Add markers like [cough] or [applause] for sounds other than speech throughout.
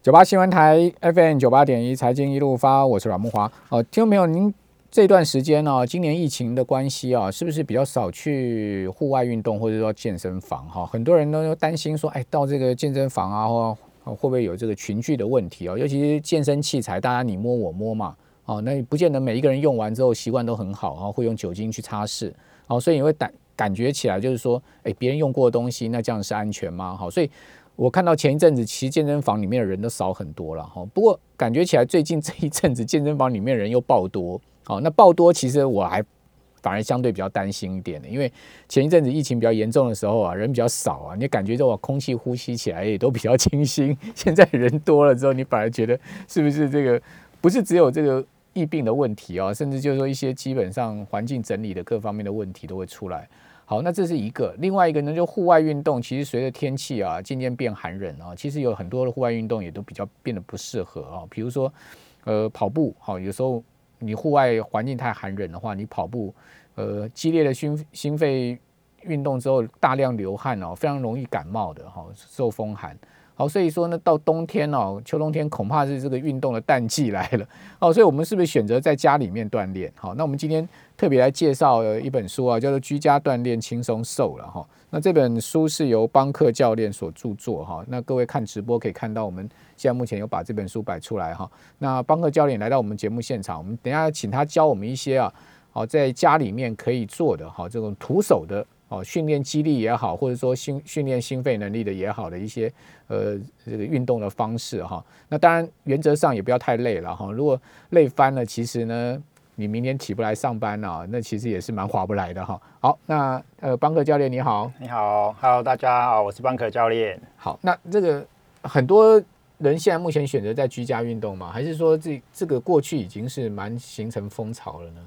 九八新闻台 FM 九八点一财经一路发，我是阮木华。哦，听众朋友，您这段时间呢、今年疫情的关系啊，是不是比较少去户外运动或者说健身房哈、很多人呢都担心说，哎，到这个健身房啊，或哦会不会有这个群聚的问题哦？尤其是健身器材，大家你摸我摸嘛，哦，那不见得每一个人用完之后习惯都很好啊、会用酒精去擦拭，哦，所以你会感感觉起来就是说，哎，别人用过的东西，那这样是安全吗？好、所以我看到前一阵子其实健身房里面的人都少很多了哈、不过感觉起来最近这一阵子健身房里面人又爆多，好、那爆多其实我还反而相对比较担心一点的，因为前一阵子疫情比较严重的时候啊，人比较少啊，你感觉到空气呼吸起来也都比较清新。现在人多了之后，你反而觉得是不是这个不是只有这个疫病的问题啊，甚至就是说一些基本上环境整理的各方面的问题都会出来。好，那这是一个，另外一个呢，就户外运动，其实随着天气啊渐渐变寒冷啊，其实有很多的户外运动也都比较变得不适合啊，比如说呃跑步，好、有时候你户外环境太寒冷的话，你跑步。呃激烈的心心肺运动之后，大量流汗哦，非常容易感冒的哈、受风寒。好，所以说呢，到冬天哦，秋冬天恐怕是这个运动的淡季来了哦，所以我们是不是选择在家里面锻炼？好，那我们今天特别来介绍呃一本书啊，叫做《居家锻炼轻松瘦》了哈、那这本书是由邦克教练所著作哈、那各位看直播可以看到，我们现在目前有把这本书摆出来哈、那邦克教练来到我们节目现场，我们等一下请他教我们一些啊，好、在家里面可以做的哈、这种徒手的哦训练肌力也好，或者说心训练心肺能力的也好的一些呃这个运动的方式哈、那当然原则上也不要太累了哈、如果累翻了，其实呢。你明天起不来上班啊，那其实也是蛮划不来的哈。好，那呃，邦克教练你好，你好，Hello，大家好，我是邦可教练。好，那这个很多人现在目前选择在居家运动吗？还是说这这个过去已经是蛮形成风潮了呢？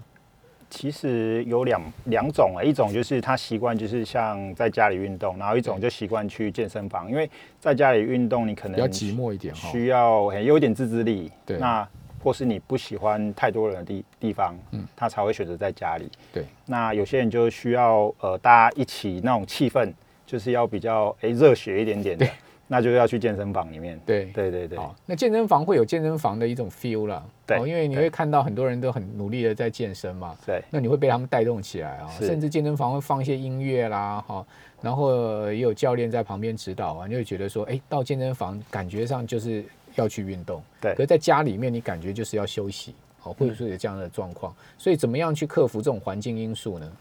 其实有两两种啊，一种就是他习惯就是像在家里运动，然后一种就习惯去健身房，因为在家里运动你可比能较寂寞一点哈。嗯需要嘿有一点自制力，对那或是你不喜欢太多人的地地方，嗯，他才会选择在家里。对，那有些人就需要呃大家一起那种气氛，就是要比较哎热血一点点的，那就要去健身房里面。对对对对，好，那健身房会有健身房的一种 feel 啦。对哦因为你会看到很多人都很努力的在健身嘛。对那你会被他们带动起来啊、是甚至健身房会放一些音乐啦，哈、然后呃也有教练在旁边指导啊，你会觉得说，哎，到健身房感觉上就是要去运动，对可是在家里面你感觉就是要休息，好、或者说有这样的状况，所以怎么样去克服这种环境因素呢？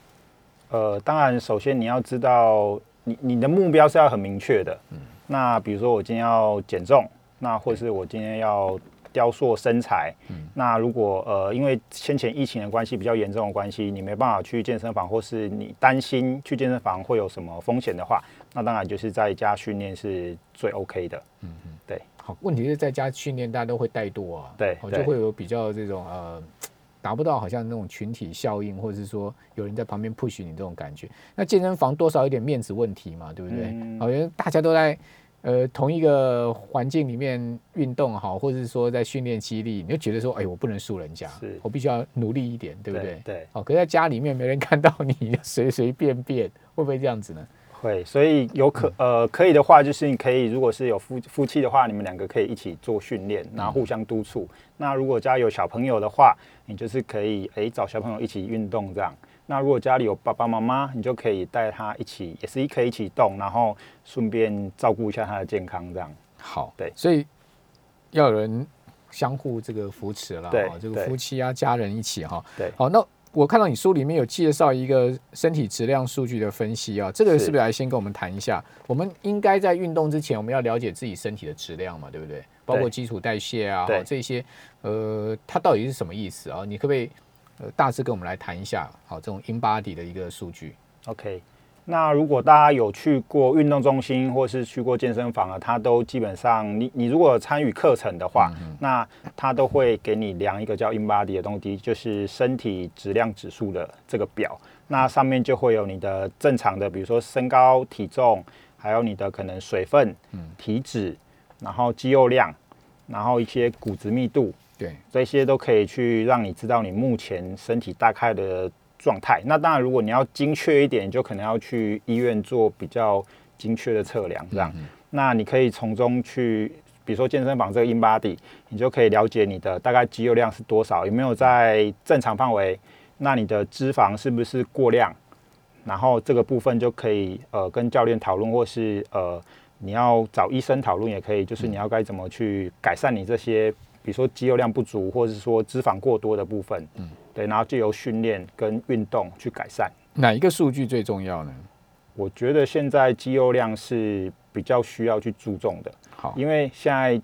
呃，当然，首先你要知道你你的目标是要很明确的。那比如说我今天要减重，那或是我今天要雕塑身材。嗯那如果呃，因为先前疫情的关系比较严重的关系，你没办法去健身房，或是你担心去健身房会有什么风险的话，那当然就是在家训练是最 OK 的。好，问题是在家训练大家都会怠惰啊，对哦对就会有比较这种呃。达不到好像那种群体效应，或者是说有人在旁边 push 你这种感觉。那健身房多少有点面子问题嘛，对不对？嗯好像大家都在呃同一个环境里面运动好，或者是说在训练肌力，你就觉得说，哎，我不能输人家是，我必须要努力一点，对不对？对。好，可是在家里面没人看到你，你就随随便便，会不会这样子呢？会，所以有可呃可以的话，就是你可以如果是有夫夫妻的话，你们两个可以一起做训练，然后互相督促。那如果家里有小朋友的话，你就是可以诶找小朋友一起运动这样。那如果家里有爸爸妈妈，你就可以带他一起，也是可以一起动，然后顺便照顾一下他的健康这样。好，对所以要有人相互这个扶持了，对哦这个对夫妻啊、家人一起哈。对好，那我看到你书里面有介绍一个身体质量数据的分析啊，这个是是不是来先跟我们谈一下？我们应该在运动之前，我们要了解自己身体的质量嘛，对不对？包括对基础代谢啊，对哦这些，呃，它到底是什么意思啊？你可不可以呃大致跟我们来谈一下？好，这种 in body 的一个数据。 OK，那如果大家有去过运动中心或是去过健身房啊，它都基本上你你如果有参与课程的话，那它都会给你量一个叫 InBody 的东西，就是身体质量指数的这个表。那上面就会有你的正常的，比如说身高、体重，还有你的可能水分、体脂，然后肌肉量，然后一些骨质密度，对，这些都可以去让你知道你目前身体大概的状态。那当然，如果你要精确一点，你就可能要去医院做比较精确的测量，这样。那你可以从中去，比比如说健身房这个 InBody，你就可以了解你的大概肌肉量是多少，有没有在正常范围，那你的脂肪是不是过量，然后这个部分就可以呃跟教练讨论，或是呃你要找医生讨论也可以，就是你要该怎么去改善你这些，比如说肌肉量不足，或者是说脂肪过多的部分，嗯，对，然后就由训练跟运动去改善。哪一个数据最重要呢？我觉得现在肌肉量是比较需要去注重的，好，因为现在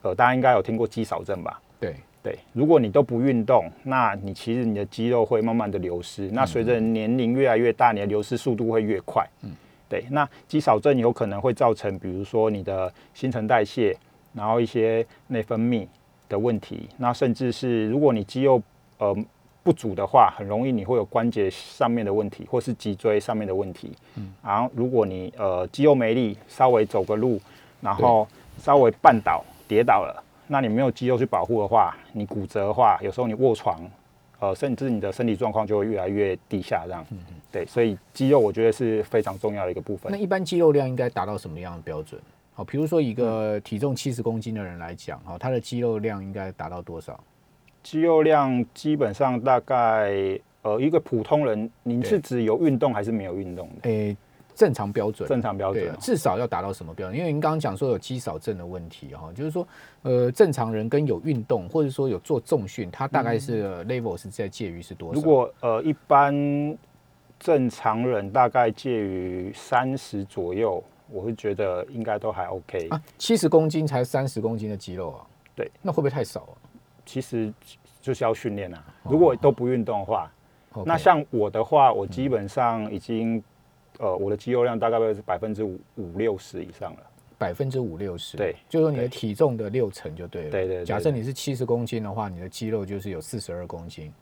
呃大家应该有听过肌少症吧？对，对，如果你都不运动，那你其实你的肌肉会慢慢的流失。那随着年龄越来越大，你的流失速度会越快。嗯，对。那肌少症有可能会造成，比如说你的新陈代谢，然后一些内分泌的问题。那甚至是如果你肌肉呃不足的话，很容易你会有关节上面的问题，或是脊椎上面的问题。嗯，然后如果你呃肌肉没力，稍微走个路，然后稍微绊倒、跌倒了。那你没有肌肉去保护的话，你骨折的话，有时候你卧床，呃，甚至你的身体状况就会越来越低下这样。对，所以肌肉我觉得是非常重要的一个部那分。一般肌肉量应该达到什么样的标准？好，比如说一嗯个体重七十公斤的人来讲，哈，他的肌肉量应该达到多少？肌肉量基本上大概，呃，一个普通人，你对是指有运动还是没有运动的？诶、正常标准。正常标对准啊哦，，至少要达到什么标准？因为您刚刚讲说有肌少症的问题哈、就是说，呃，正常人跟有运动或者说有做重训，他大概是、呃 level 是在介于是多少？嗯如果呃一般正常人大概介于三十左右，我会觉得应该都还 OK。啊，七十公斤才三十公斤的肌肉啊，对，那会不会太少啊其实就是要训练啊，哦如果都不运动的话。 o 那像我的话，我基本上已嗯经，呃，我的肌肉量大概是百分之五五六十以上了。百分之五六十，对就是说你的对体重的六成就对了。对对对假设你是七十公斤的话，你的肌肉就是有四十二公斤，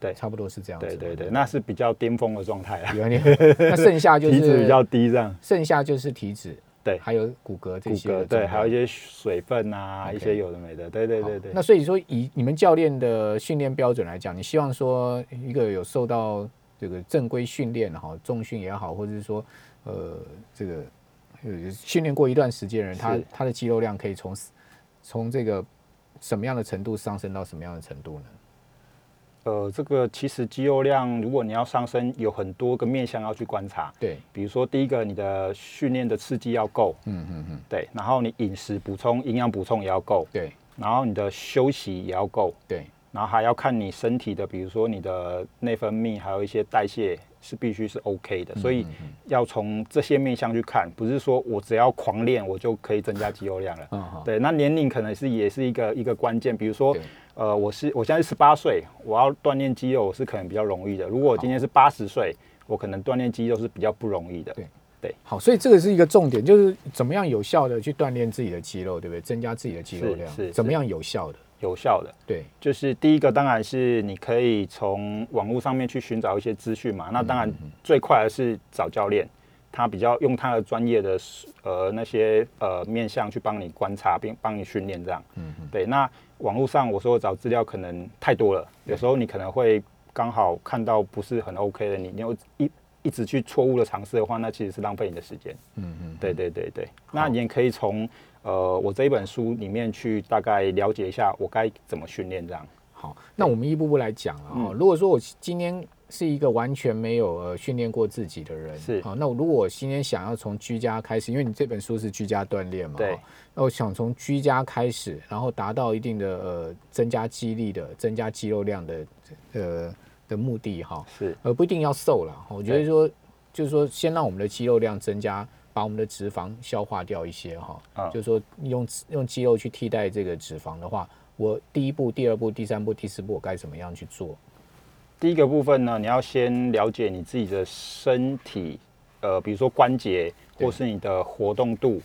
对差不多是这样子嘛。对对对，那是比较巅峰的状态啦，有点， [laughs] 那剩下就 [laughs] 体脂是比较低这样，剩下就是体脂，对还有骨骼骨这些的骼重对，量还有一些水分啊， OK 一些有的没的，对对好对对那。所以说，以你们教练的训练标准来讲，你希望说一个有受到这个正规训练哈，重训也好，或者是说呃这个呃训练过一段时间的人，他是他的肌肉量可以从从这个什么样的程度上升到什么样的程度呢？呃，这个其实肌肉量，如果你要上升，有很多个面向要去观察。对，比如说，第一个，你的训练的刺激要够，嗯嗯嗯，对，然后你饮食补充、营养补充也要够，对然后你的休息也要够，对然后还要看你身体的，比如说你的内分泌，还有一些代谢是必须是 OK 嗯的，所以要从这些面向去看，不是说我只要狂练我就可以增加肌肉量 [laughs] 了。嗯好对，那年龄可能是也是一个一个关键，比如说对，呃，我是我现在十八岁，我要锻炼肌肉，我是可能比较容易的。如果我今天是八十岁，我可能锻炼肌肉是比较不容易的。对好，所以这个是一个重点，就是怎么样有效的去锻炼自己的肌肉，对不对？增加自己的肌肉是量，是怎么是样有效的？有效的。对，就是第一个当然是你可以从网络上面去寻找一些资讯嘛。那嗯当然最快的是找教练，他比较用他的专业的呃那些呃面向去帮你观察并帮你训练这样。嗯对，那网络上我说找资料可能太多了，有时候你可能会刚好看到不是很 OK 的，你你又一。一直去错误的尝试的话，那其实是浪费你的时间。嗯嗯，对对对对，那你也可以从呃我这一本书里面去大概了解一下我该怎么训练这样。好，那我们一步步来讲嗯了哦哈。如果说我今天是一个完全没有呃训练过自己的人，哦是好，那我如果我今天想要从居家开始，因为你这本书是居家锻炼嘛，对哈，那我想从居家开始，然后达到一定的呃增加肌力的、增加肌肉量的呃的目的哈，是呃不一定要瘦了，哈我觉得对说就是说先让我们的肌肉量增加。把我们的脂肪消化掉一些哈，嗯就是说用用肌肉去替代这个脂肪的话，我第一步、第二步、第三步、第四步，我该怎么样去做？第一个部分呢，你要先了解你自己的身体，呃，比如说关节对或是你的活动度。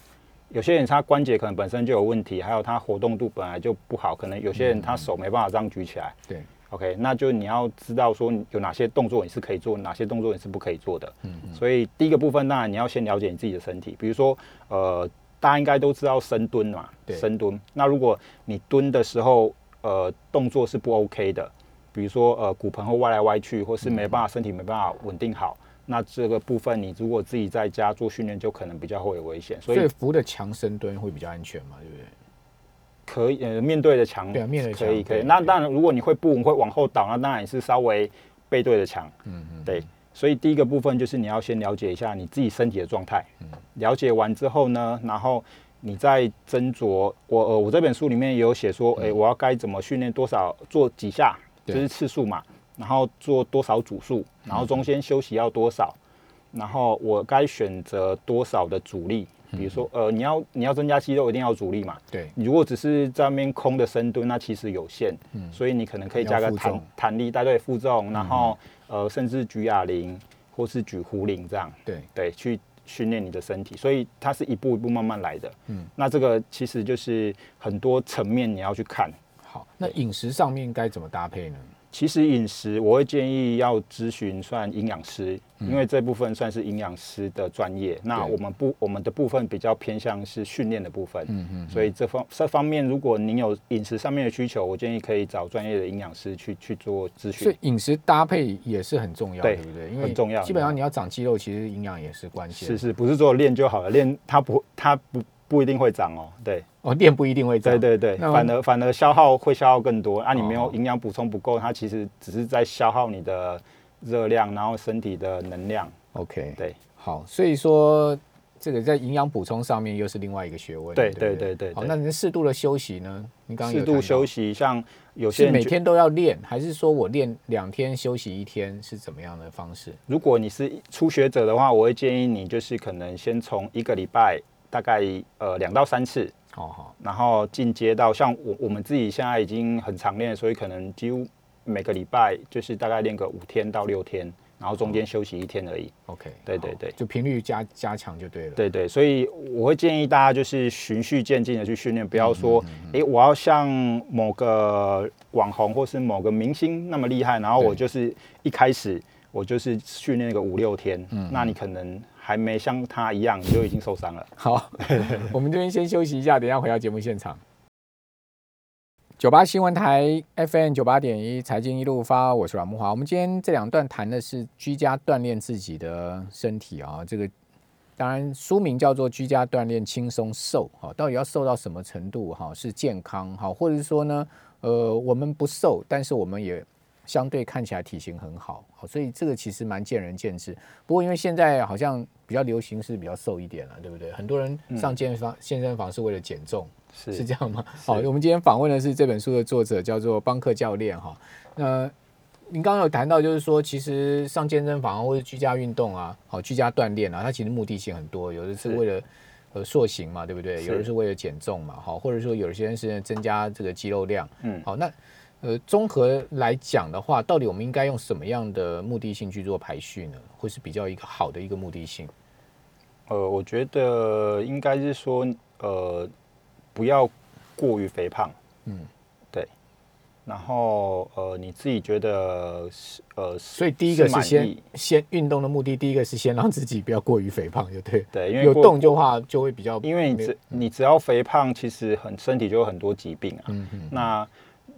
有些人他关节可能本身就有问题，还有他活动度本来就不好，可能有些人他手没办法这样举起来。对 OK，那就你要知道说你有哪些动作你是可以做，哪些动作你是不可以做的。嗯所以第一个部分，当然你要先了解你自己的身体，比如说，呃，大家应该都知道深蹲嘛，对深蹲。那如果你蹲的时候，呃，动作是不 OK 的，比如说呃骨盆会歪来歪去，或是嗯没办法身体没办法稳定好，那这个部分你如果自己在家做训练，就可能比较会有危险。所所以以扶的强深蹲会比较安全嘛，对不对？可以呃面对着墙，对啊面对可以墙可以。对那对当然，如果你会步，你会往后倒，那当然也是稍微背对着墙，嗯嗯，对。所以第一个部分就是你要先了解一下你自己身体的状态，了解完之后呢，然后你再斟酌。我呃，我这本书里面也有写说，诶，我要该怎么训练多少，做几下，对就是次数嘛，然后做多少组数，然后中间休息要多少，然后我该选择多少的阻力。比如说，呃，你要你要增加肌肉，一定要有阻力嘛。对，你如果只是在那边空的深蹲，那其实有限，所以你可能可以加嗯要个负弹重嗯弹力带，对，负重，然后、呃，甚至举哑铃或是举壶铃这样，对，对，去训练你的身体。所以它是一步一步慢慢来的。嗯，那这个其实就是很多层面你要去看。好，那饮食上面该怎么搭配呢？其实饮食，我会建议要咨询算营养师，因为这部分算是营养师的专业。那嗯对我们不，我们的部分比较偏向是训练的部分。嗯嗯。所以这方这方面，如果您有饮食上面的需求，我建议可以找专业的营养师去去做所咨询以。饮食搭配也是很重要，对对不对？因为很重要基本上你要长肌肉，其实营养也是关键。是是，不是做练就好了，练它不它不不一定会长哦。对哦，练不一定会长。对对对，那反而反而消耗会消耗更多。啊，你没哦有营养补充不够，它其实只是在消耗你的热量，然后身体的能量。 OK，对。好，所以说这个在营养补充上面又是另外一个学问。对不对对对好，对那你适度的休息呢？你刚刚有谈适度到休息，像有些是人每觉，天都要练，还是说我练两天休息一天是怎么样的方式？如果你是初学者的话，我会建议你就是可能先从一个礼拜大概呃两到三次，好哦好，然后进阶到像我我们自己现在已经很常练，所以可能几乎每个礼拜就是大概练个五天到六天，然后中嗯间休息一天而已。 OK，对对好对就频率加加强就对了。对对，所以我会建议大家就是循序渐进的去训练，嗯不要说，诶，我要像某个网红或是某个明星那么厉害，然后我对就是一开始我就是训练个五六天，嗯那你可能还没像他一样，你就已经受伤了。好，我们这边先休息一下，等一下回到节目现场。九八新闻台 FM 九八点一财经一路发，我是阮木华。我们今天这两段谈的是居家锻炼自己的身体啊、这个当然书名叫做《居家锻炼轻松瘦》哈、到底要瘦到什么程度哈、是健康哈、或者是说呢，呃，我们不瘦，但是我们也相对看起来体型很好，好、所以这个其实蛮见仁见智。不过因为现在好像比较流行是比较瘦一点了，对不对？很多人上健身房、健身房是为了减重，是是这样吗？好，我们今天访问的是这本书的作者，叫做邦克教练哈。那您刚刚有谈到，就是说，其实上健身房或者居家运动啊，好居家锻炼啊，它其实目的性很多，有的是是为了呃塑形嘛，对不对？是有的是为了减重嘛，好，或者说有些人是增加这个肌肉量，嗯好，那呃综合来讲的话，到底我们应该用什么样的目的性去做排序呢？会是比较一个好的一个目的性？呃，我觉得应该是说，呃，不要过于肥胖。嗯，对。然后呃，你自己觉得是呃，所以第一个是满先意先运动的目的，第一个是先让自己不要过于肥胖，就对了。对，因为有过动就话就会比较没，嗯因为你只你只要肥胖，其实很身体就有很多疾病啊。嗯嗯那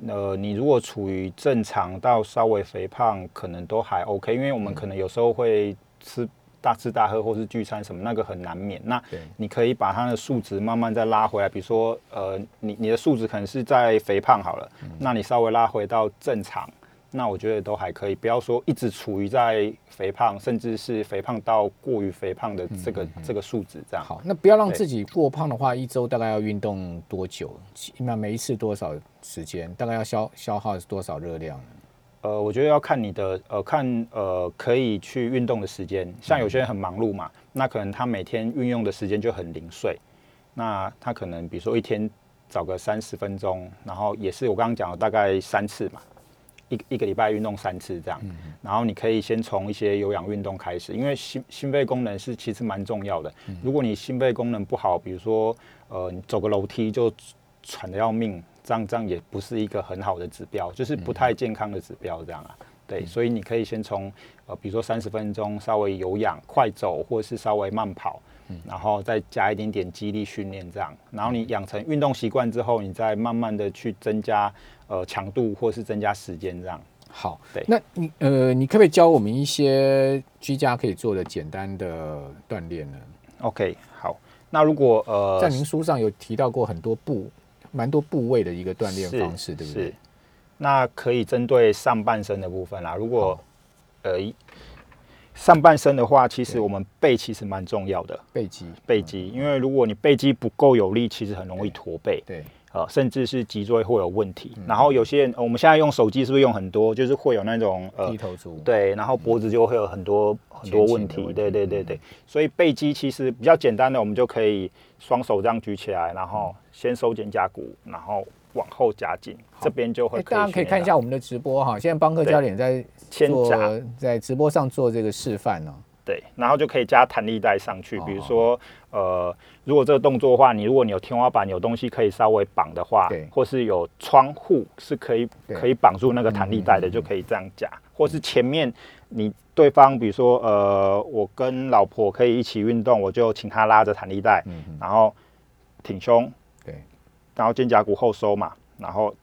呃，你如果处于正常到稍微肥胖，可能都还 OK，因为我们嗯可能有时候会吃大吃大喝或是聚餐什么，那个很难免。那对你可以把它的数值慢慢再拉回来，比如说呃，你你的数值可能是在肥胖好了，嗯那你稍微拉回到正常。那我觉得都还可以，不要说一直处于在肥胖，甚至是肥胖到过于肥胖的这个、嗯这个数值这样。好，那不要让对自己过胖的话，一周大概要运动多久？那每一次多少时间？大概要消消耗多少热量呢？呃，我觉得要看你的呃，看呃，可以去运动的时间。像有些人很忙碌嘛，那可能他每天运用的时间就很零碎。那他可能比如说一天找个三十分钟，然后也是我刚刚讲的大概三次嘛，一一个礼拜运动三次这样。然后你可以先从一些有氧运动开始，因为心心肺功能是其实蛮重要的。如果你心肺功能不好，比如说呃，你走个楼梯就喘得要命，这样这样也不是一个很好的指标，就是不太健康的指标这样啊。对，所以你可以先从呃，比如说三十分钟稍微有氧、快走，或是稍微慢跑，然后再加一点点肌力训练这样。然后你养成运动习惯之后，你再慢慢的去增加呃强度或是增加时间这样。好，对那你呃，你可不可以教我们一些居家可以做的简单的锻炼呢？ OK，好。那如果呃在您书上有提到过很多步蛮多部位的一个锻炼是方式，对不对是？那可以针对上半身的部分啦。如果呃一上半身的话，其实我们背其实蛮重要的，背肌，背肌，因为如果你背肌不够有力，其实很容易驼背，嗯对，嗯呃，甚至是脊椎会有问题。然后有些人，呃我们现在用手机是不是用很多，就是会有那种呃低头族，，哎对，然后脖子就会有很多很前多倾问的题问，题嗯对对对对，所以背肌其实比较简单的，我们就可以双手这样举起来，然嗯后先收肩胛骨，然后往后夹紧，这边就会哎，可以大家可以看一下我们的直播哈，现在邦克对教练在牵做闸在直播上做这个示范哦呢，对，然后就可以加弹力带上去，比如哦说呃，如果这个动作的话，你如果你有天花板有东西可以稍微绑的话对，或是有窗户是可以对可以绑住那个弹力带的，就可以这样夹，或是前面你对方比如说呃，我跟老婆可以一起运动，我就请她拉着弹力带，然后挺胸，对，然后肩胛骨后收嘛，然后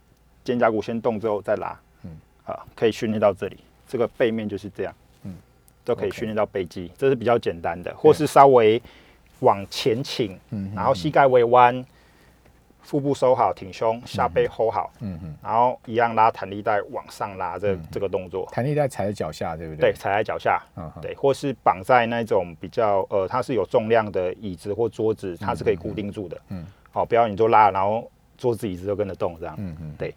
肩胛骨先动之后再拉，嗯，啊，可以训练到这里，这个背面就是这样，嗯，都可以 OK 训练到背肌，这是比较简单的，或是稍微往前倾，嗯，然后膝盖微弯，腹部收好，挺胸，下背 hold 好，嗯嗯，然后一样拉弹力带往上拉这这个动作，弹力带踩在脚下，对不嗯对？对，踩在脚下，嗯哼对，或是绑在那种比较呃，它是有重量的椅子或桌子，它是可以固定住的。嗯，好、不要你就拉，然后桌子椅子都跟着动这样。嗯嗯，对。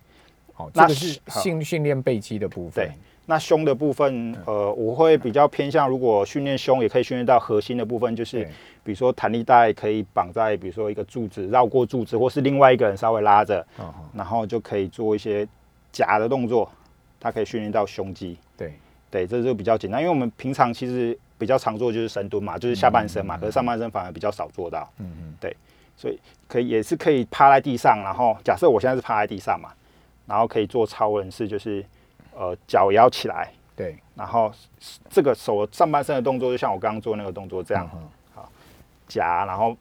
好，哦这那个是好训训练背肌的部分对。那胸的部分，呃，我会比较偏向，如果训练胸，也可以训练到核心的部分，就是对比如说弹力带可以绑在，比如说一个柱子，绕过柱子，或是另外一个人稍微拉着，哦哦然后就可以做一些夹的动作，它可以训练到胸肌。对，对，这就比较简单，因为我们平常其实比较常做就是深蹲嘛，就是下半身嘛，可是上半身反而比较少做到。嗯嗯，对，所以可以也是可以趴在地上，然后假设我现在是趴在地上嘛，然后可以做超人式，就是呃脚摇起来，对，然后这个手上半身的动作就像我刚刚做那个动作这样，嗯好夹，然后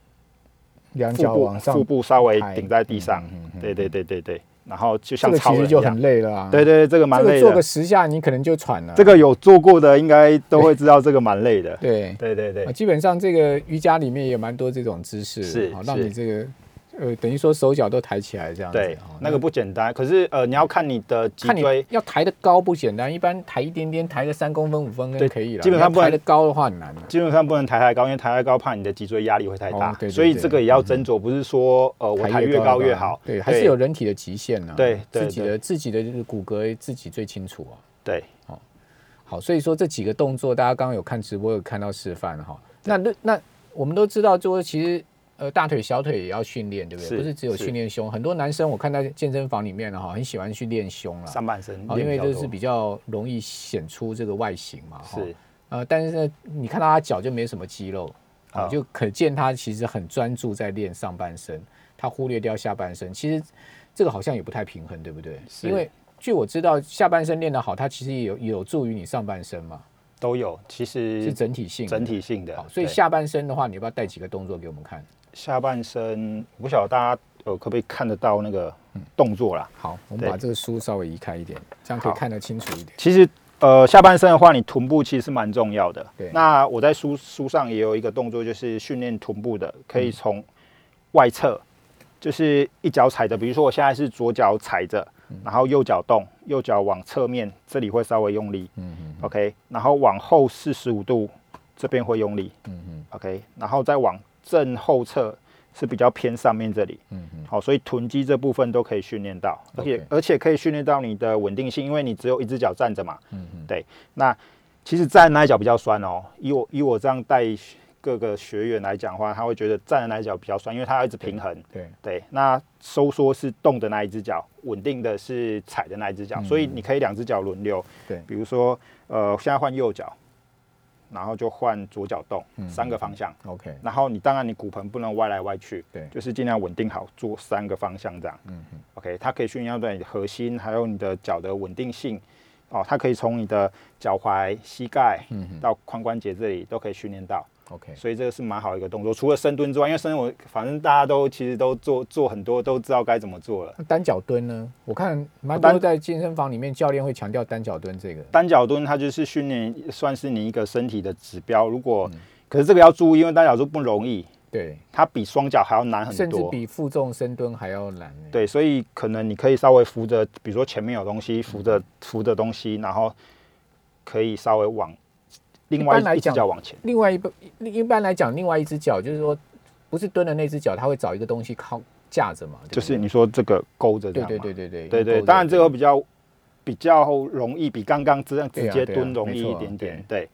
两腹脚部往上嗯腹，部稍微抬顶在地上，对对对对对，然后这就像个超其人实一就样很。累了啊。对对对，这个蛮这累个做个的。十下，你可能就喘了。这个有做过的应该都会知道这个蛮累的。对对对对啊，，基本上这个瑜伽里面也蛮多这种姿势的，是好让是你这个呃，等于说手脚都抬起来这样子。对哦，那个不简单。可是呃，你要看你的脊看你椎，要抬得高不简单，一般抬一点点，抬个三公分、五公分对可以了。基本上你不要然抬得高的话很难。啊基本上不能抬太高，因为抬太高怕你的脊椎压力会太大，哦对对所以对这个也要斟酌，不是说呃哦我抬越高越好，啊对，还是有人体的极限呢、对对自己的自己的这个骨骼自己最清楚啊。对好，所以说这几个动作，大家刚刚有看直播有看到示范哈。那那那我们都知道，就是其实呃大腿、小腿也要训练，对不是对？不是只有是训练胸，很多男生我看在健身房里面的哈，很喜欢去练胸啦，上半身哦，练因为比较就是多比较容易显出这个外形嘛，哈。是呃，但是呢，你看到他脚就没什么肌肉，啊、啊就可见他其实很专注在练上半身，他忽略掉下半身。其实这个好像也不太平衡，对不对？是因为据我知道，下半身练得好，它其实也有有助于你上半身嘛，都有，其实是整体性的嗯整。体性的好，，所以对下半身的话，你要不要带几个动作给我们看？下半身，我不晓得大家呃可不可以看得到那个动作啦。好，我们对把这个书稍微移开一点，这样可以好看得清楚一点。其实呃下半身的话，你臀部其实是蛮重要的。对那我在书书上也有一个动作，就是训练臀部的，可以从外侧，就是一脚踩着，比如说我现在是左脚踩着，然后右脚动，右脚往侧面，这里会稍微用力。嗯嗯。OK，然后往后四十五度，这边会用力。嗯嗯。OK，然后再往正后侧。是比较偏上面这里，嗯嗯，好，所以臀肌这部分都可以训练到，而且 OK 而且可以训练到你的稳定性，因为你只有一只脚站着嘛，嗯对，那其实站的那一脚比较酸哦。以我以我这样带各个学员来讲的话，他会觉得站的那一脚比较酸，因为他要一直平衡。对，对，那收缩是动的那一只脚，稳定的是踩的那一只脚，所以你可以两只脚轮流。嗯对比如说呃，现在换右脚，然后就换左脚动，嗯三个方向。 ，OK，然后你当然你骨盆不能歪来歪去，对就是尽量稳定好，做三个方向这样。嗯 OK，它可以训练到你的核心，还有你的脚的稳定性。哦，它可以从你的脚踝、膝盖到髋关节这里都可以训练到， ，OK，所以这个是蛮好的一个动作。除了深蹲之外，因为深蹲我反正大家都其实都做做很多，都知道该怎么做了。那单脚蹲呢？我看蛮单多在健身房里面，教练会强调单脚蹲这个。单脚蹲它就是嗯训练，算是你一个身体的指标。如果、可是这个要注意，因为单脚蹲不容易，对，它比双脚还要难很甚至多。比负重深蹲还要难欸。对，所以可能你可以稍微扶着，比如说前面有东西，扶嗯着扶着东西，然后可以稍微往另外一般来一只讲脚往前。另外一部一般来讲，另外一只脚就是说，不是蹲的那只脚，它会找一个东西靠架着嘛，对不就是对你说这个勾着对这样对嘛对对对对对，当然这个比较比较容易，比刚刚这样对直啊接对啊蹲容没易错一啊点点。对，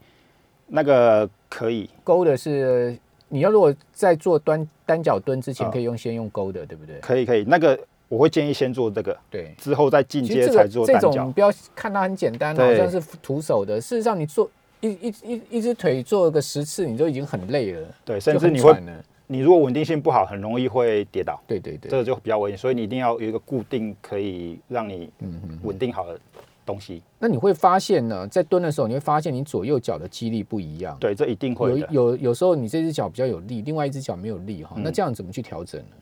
那个可以。勾的是你要如果在做单单脚蹲之前，嗯可以用先用勾的，对不对？可以可以，那个我会建议先做这个，对。之后再进其阶实这才个做这单种脚。不要看它很简单，好对像是徒手的。事实上，你做一一一一只腿做个十次，你就已经很累了，对，就甚至很你会喘，了。你如果稳定性不好，很容易会跌倒，对对这对，个就比较危险。所以你一定要有一个固定可以让你嗯稳定好的东西。那你会发现呢，在蹲的时候，你会发现你左右脚的肌力不一样。对，这一定有会的。有有时候你这只脚比较有力，另外一只脚没有力嗯哈，那这样怎么去调整呢？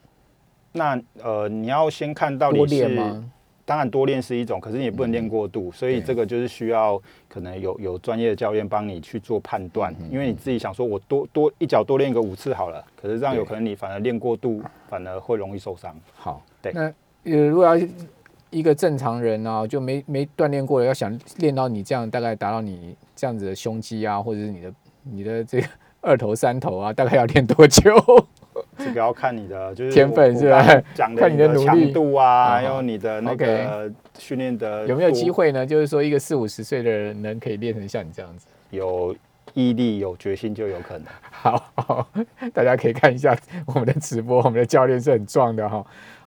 那呃，你要先看到多底练是，吗？嗯当然多练是一种，可是你也不能练过度，所以对这个就是需要可能有有专业的教练帮你去做判断，嗯因为你自己想说我多多一脚多练个五次好了，可是这样有对可能你反而练过度，反而会容易受伤。好，对那呃，如果要一个正常人啊，就没没锻炼过的，要想练到你这样，大概达到你这样子的胸肌啊，或者是你的你的这个二头三头啊，大概要练多久？这个要看你的就是天分我是吧我刚刚讲的看你的的努力强度嗯啊，还有你的那个训练的有没有多机？会呢？就是说，一个四五十岁的人可以练成像你这样子。有毅力、有决心就有可能。 [laughs] 好，大家可以看一下我们的直播，我们的教练是很壮的哈、